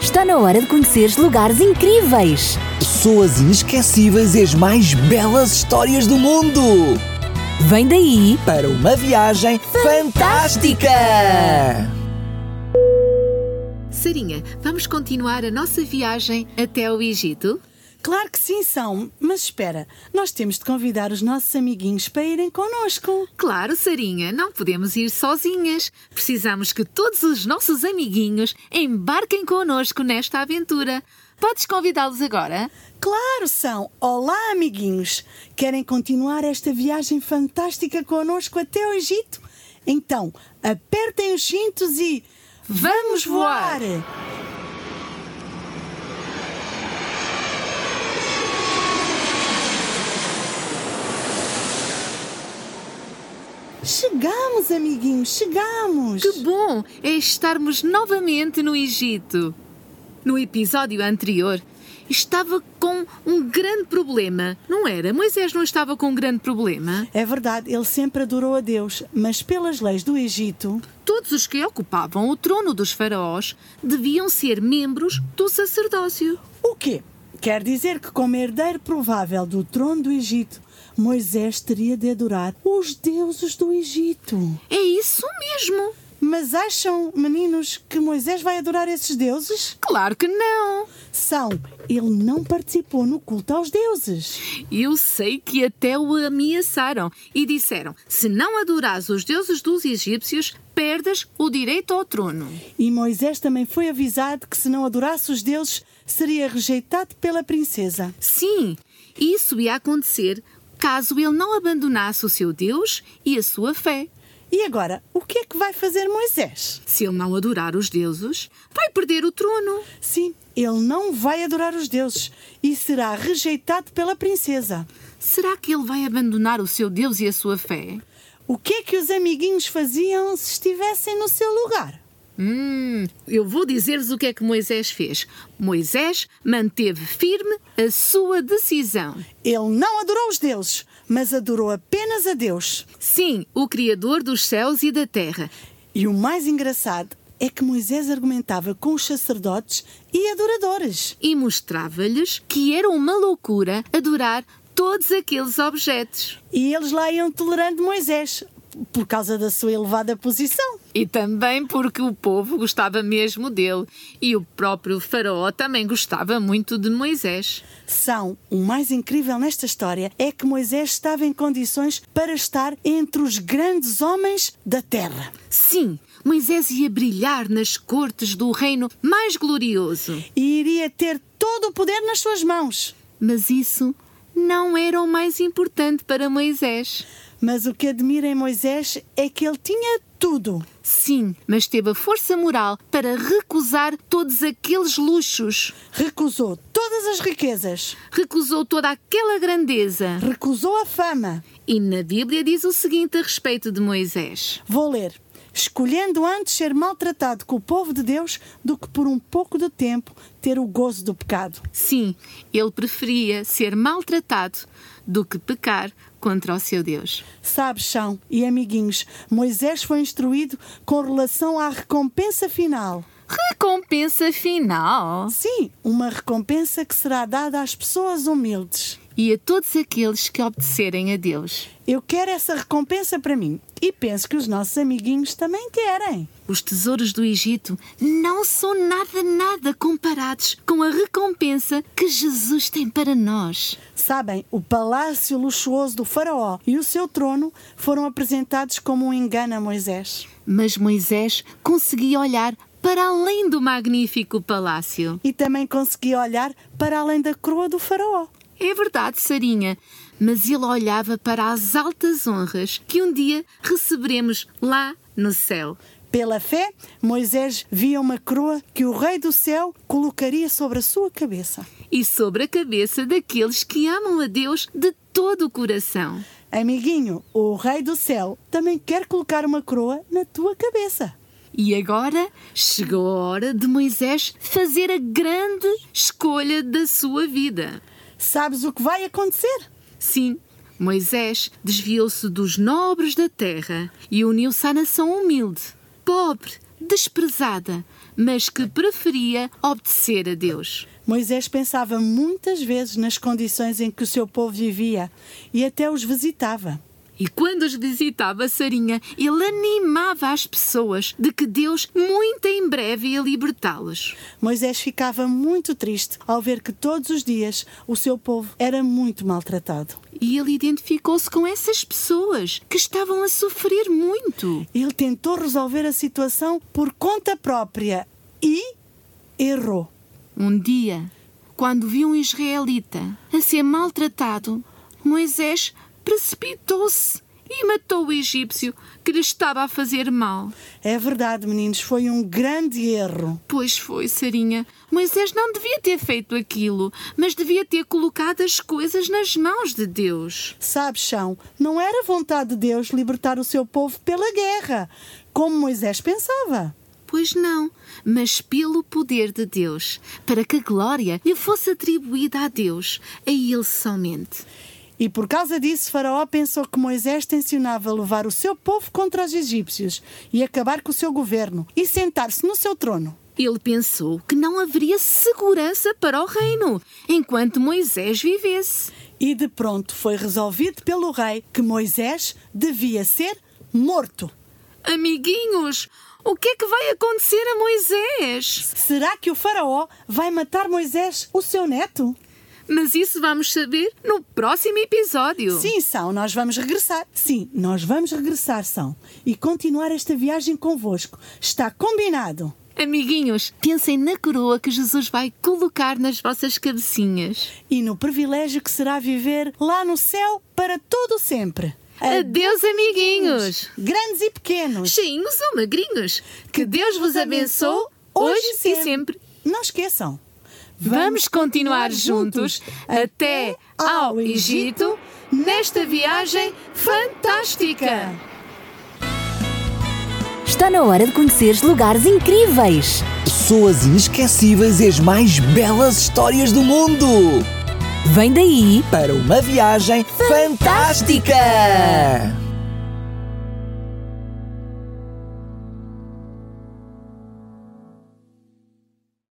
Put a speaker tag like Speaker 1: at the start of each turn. Speaker 1: Está na hora de conheceres lugares incríveis.
Speaker 2: Pessoas inesquecíveis e as mais belas histórias do mundo!
Speaker 1: Vem daí,
Speaker 2: Para uma viagem fantástica!
Speaker 3: Sarinha, vamos continuar a nossa viagem até o Egito?
Speaker 4: Claro que sim, são. Mas espera, nós temos de convidar os nossos amiguinhos para irem connosco.
Speaker 3: Claro, Sarinha, não podemos ir sozinhas. Precisamos que todos os nossos amiguinhos embarquem connosco nesta aventura. Podes convidá-los agora?
Speaker 4: Claro, são. Olá, amiguinhos. Querem continuar esta viagem fantástica connosco até o Egito? Então, apertem os cintos e.
Speaker 3: Vamos voar!
Speaker 4: Chegamos, amiguinhos, chegamos!
Speaker 3: Que bom é estarmos novamente no Egito. No episódio anterior, estava com um grande problema, não era? Moisés não estava com um grande problema?
Speaker 4: É verdade, ele sempre adorou a Deus, mas pelas leis do Egito,
Speaker 3: Todos os que ocupavam o trono dos faraós deviam ser membros do sacerdócio.
Speaker 4: O quê? Quer dizer que, como herdeiro provável do trono do Egito, Moisés teria de adorar os deuses do Egito.
Speaker 3: É isso mesmo!
Speaker 4: Mas acham, meninos, que Moisés vai adorar esses deuses?
Speaker 3: Claro que não!
Speaker 4: São, ele não participou no culto aos deuses.
Speaker 3: Eu sei que até o ameaçaram e disseram: se não adorares os deuses dos egípcios, perdes o direito ao trono.
Speaker 4: E Moisés também foi avisado que, se não adorasse os deuses, seria rejeitado pela princesa.
Speaker 3: Sim, isso ia acontecer caso ele não abandonasse o seu Deus e a sua fé.
Speaker 4: E agora, o que é que vai fazer Moisés?
Speaker 3: Se ele não adorar os deuses, vai perder o trono.
Speaker 4: Sim, ele não vai adorar os deuses e será rejeitado pela princesa.
Speaker 3: Será que ele vai abandonar o seu Deus e a sua fé?
Speaker 4: O que é que os amiguinhos faziam se estivessem no seu lugar?
Speaker 3: Hum, eu vou dizer-vos o que é que Moisés fez. Moisés manteve firme a sua decisão.
Speaker 4: Ele não adorou os deuses, mas adorou apenas a Deus.
Speaker 3: Sim, o Criador dos céus e da terra.
Speaker 4: E o mais engraçado é que Moisés argumentava com os sacerdotes e adoradores.
Speaker 3: E mostrava-lhes que era uma loucura adorar todos aqueles objetos.
Speaker 4: E eles lá iam tolerando Moisés por causa da sua elevada posição.
Speaker 3: E também porque o povo gostava mesmo dele. E o próprio Faraó também gostava muito de Moisés.
Speaker 4: São o mais incrível nesta história é que Moisés estava em condições para estar entre os grandes homens da terra.
Speaker 3: Sim, Moisés ia brilhar nas cortes do reino mais glorioso.
Speaker 4: e iria ter todo o poder nas suas mãos.
Speaker 3: Mas isso não era o mais importante para Moisés.
Speaker 4: Mas o que admira em Moisés é que ele tinha tudo.
Speaker 3: Sim, mas teve a força moral para recusar todos aqueles luxos.
Speaker 4: Recusou todas as riquezas,
Speaker 3: Recusou toda aquela grandeza.
Speaker 4: recusou a fama.
Speaker 3: E na Bíblia diz o seguinte a respeito de Moisés:
Speaker 4: Vou ler. Escolhendo antes ser maltratado com o povo de Deus do que por um pouco de tempo ter o gozo do pecado.
Speaker 3: Sim, ele preferia ser maltratado do que pecar contra o seu Deus.
Speaker 4: Sabes, chão e amiguinhos, Moisés foi instruído com relação à recompensa final.
Speaker 3: Recompensa final!
Speaker 4: Sim, uma recompensa que será dada às pessoas humildes.
Speaker 3: E a todos aqueles que obedecerem a Deus.
Speaker 4: Eu quero essa recompensa para mim e penso que os nossos amiguinhos também querem.
Speaker 3: Os tesouros do Egito não são nada, nada comparados com a recompensa que Jesus tem para nós.
Speaker 4: Sabem, o palácio luxuoso do Faraó e o seu trono foram apresentados como um engano a Moisés.
Speaker 3: Mas Moisés conseguia olhar para além do magnífico palácio.
Speaker 4: E também conseguia olhar para além da coroa do Faraó.
Speaker 3: É verdade, Sarinha, mas ele olhava para as altas honras que um dia receberemos lá no céu.
Speaker 4: Pela fé, Moisés via uma coroa que o rei do céu colocaria sobre a sua cabeça.
Speaker 3: E sobre a cabeça daqueles que amam a Deus de todo o coração.
Speaker 4: Amiguinho, o rei do céu também quer colocar uma coroa na tua cabeça.
Speaker 3: E agora chegou a hora de Moisés fazer a grande escolha da sua vida.
Speaker 4: Sabes o que vai acontecer?
Speaker 3: Sim, Moisés desviou-se dos nobres da terra e uniu-se à nação humilde, pobre, desprezada, mas que preferia obedecer a Deus.
Speaker 4: Moisés pensava muitas vezes nas condições em que o seu povo vivia e até os visitava.
Speaker 3: E quando os visitava Sarinha, ele animava as pessoas de que Deus muito em breve ia libertá-los.
Speaker 4: Moisés ficava muito triste ao ver que todos os dias o seu povo era muito maltratado.
Speaker 3: E ele identificou-se com essas pessoas que estavam a sofrer muito.
Speaker 4: Ele tentou resolver a situação por conta própria e errou.
Speaker 3: Um dia, quando viu um israelita a ser maltratado, Moisés precipitou-se e matou o egípcio que lhe estava a fazer mal.
Speaker 4: É verdade, meninos, foi um grande erro.
Speaker 3: Pois foi, Sarinha. Moisés não devia ter feito aquilo, mas devia ter colocado as coisas nas mãos de Deus.
Speaker 4: Sabes, Chão, não era vontade de Deus libertar o seu povo pela guerra, como Moisés pensava.
Speaker 3: Pois não, mas pelo poder de Deus, para que a glória lhe fosse atribuída a Deus, a ele somente.
Speaker 4: E por causa disso, Faraó pensou que Moisés tencionava levar o seu povo contra os egípcios e acabar com o seu governo e sentar-se no seu trono.
Speaker 3: Ele pensou que não haveria segurança para o reino enquanto Moisés vivesse.
Speaker 4: E de pronto foi resolvido pelo rei que Moisés devia ser morto.
Speaker 3: Amiguinhos, o que é que vai acontecer a Moisés?
Speaker 4: Será que o Faraó vai matar Moisés, o seu neto?
Speaker 3: Mas isso vamos saber no próximo episódio.
Speaker 4: Sim, São, nós vamos regressar. Sim, nós vamos regressar, São, e continuar esta viagem convosco. Está combinado.
Speaker 3: Amiguinhos, pensem na coroa que Jesus vai colocar nas vossas cabecinhas.
Speaker 4: E no privilégio que será viver lá no céu para todo o sempre.
Speaker 3: Adeus, amiguinhos!
Speaker 4: Grandes e pequenos.
Speaker 3: Cheinhos ou magrinhos, que Deus vos abençoe hoje e sempre.
Speaker 4: Não esqueçam.
Speaker 3: Vamos continuar juntos até ao Egito nesta viagem fantástica!
Speaker 1: Está na hora de conheceres lugares incríveis.
Speaker 2: Pessoas inesquecíveis e as mais belas histórias do mundo.
Speaker 1: Vem daí
Speaker 2: Para uma viagem fantástica.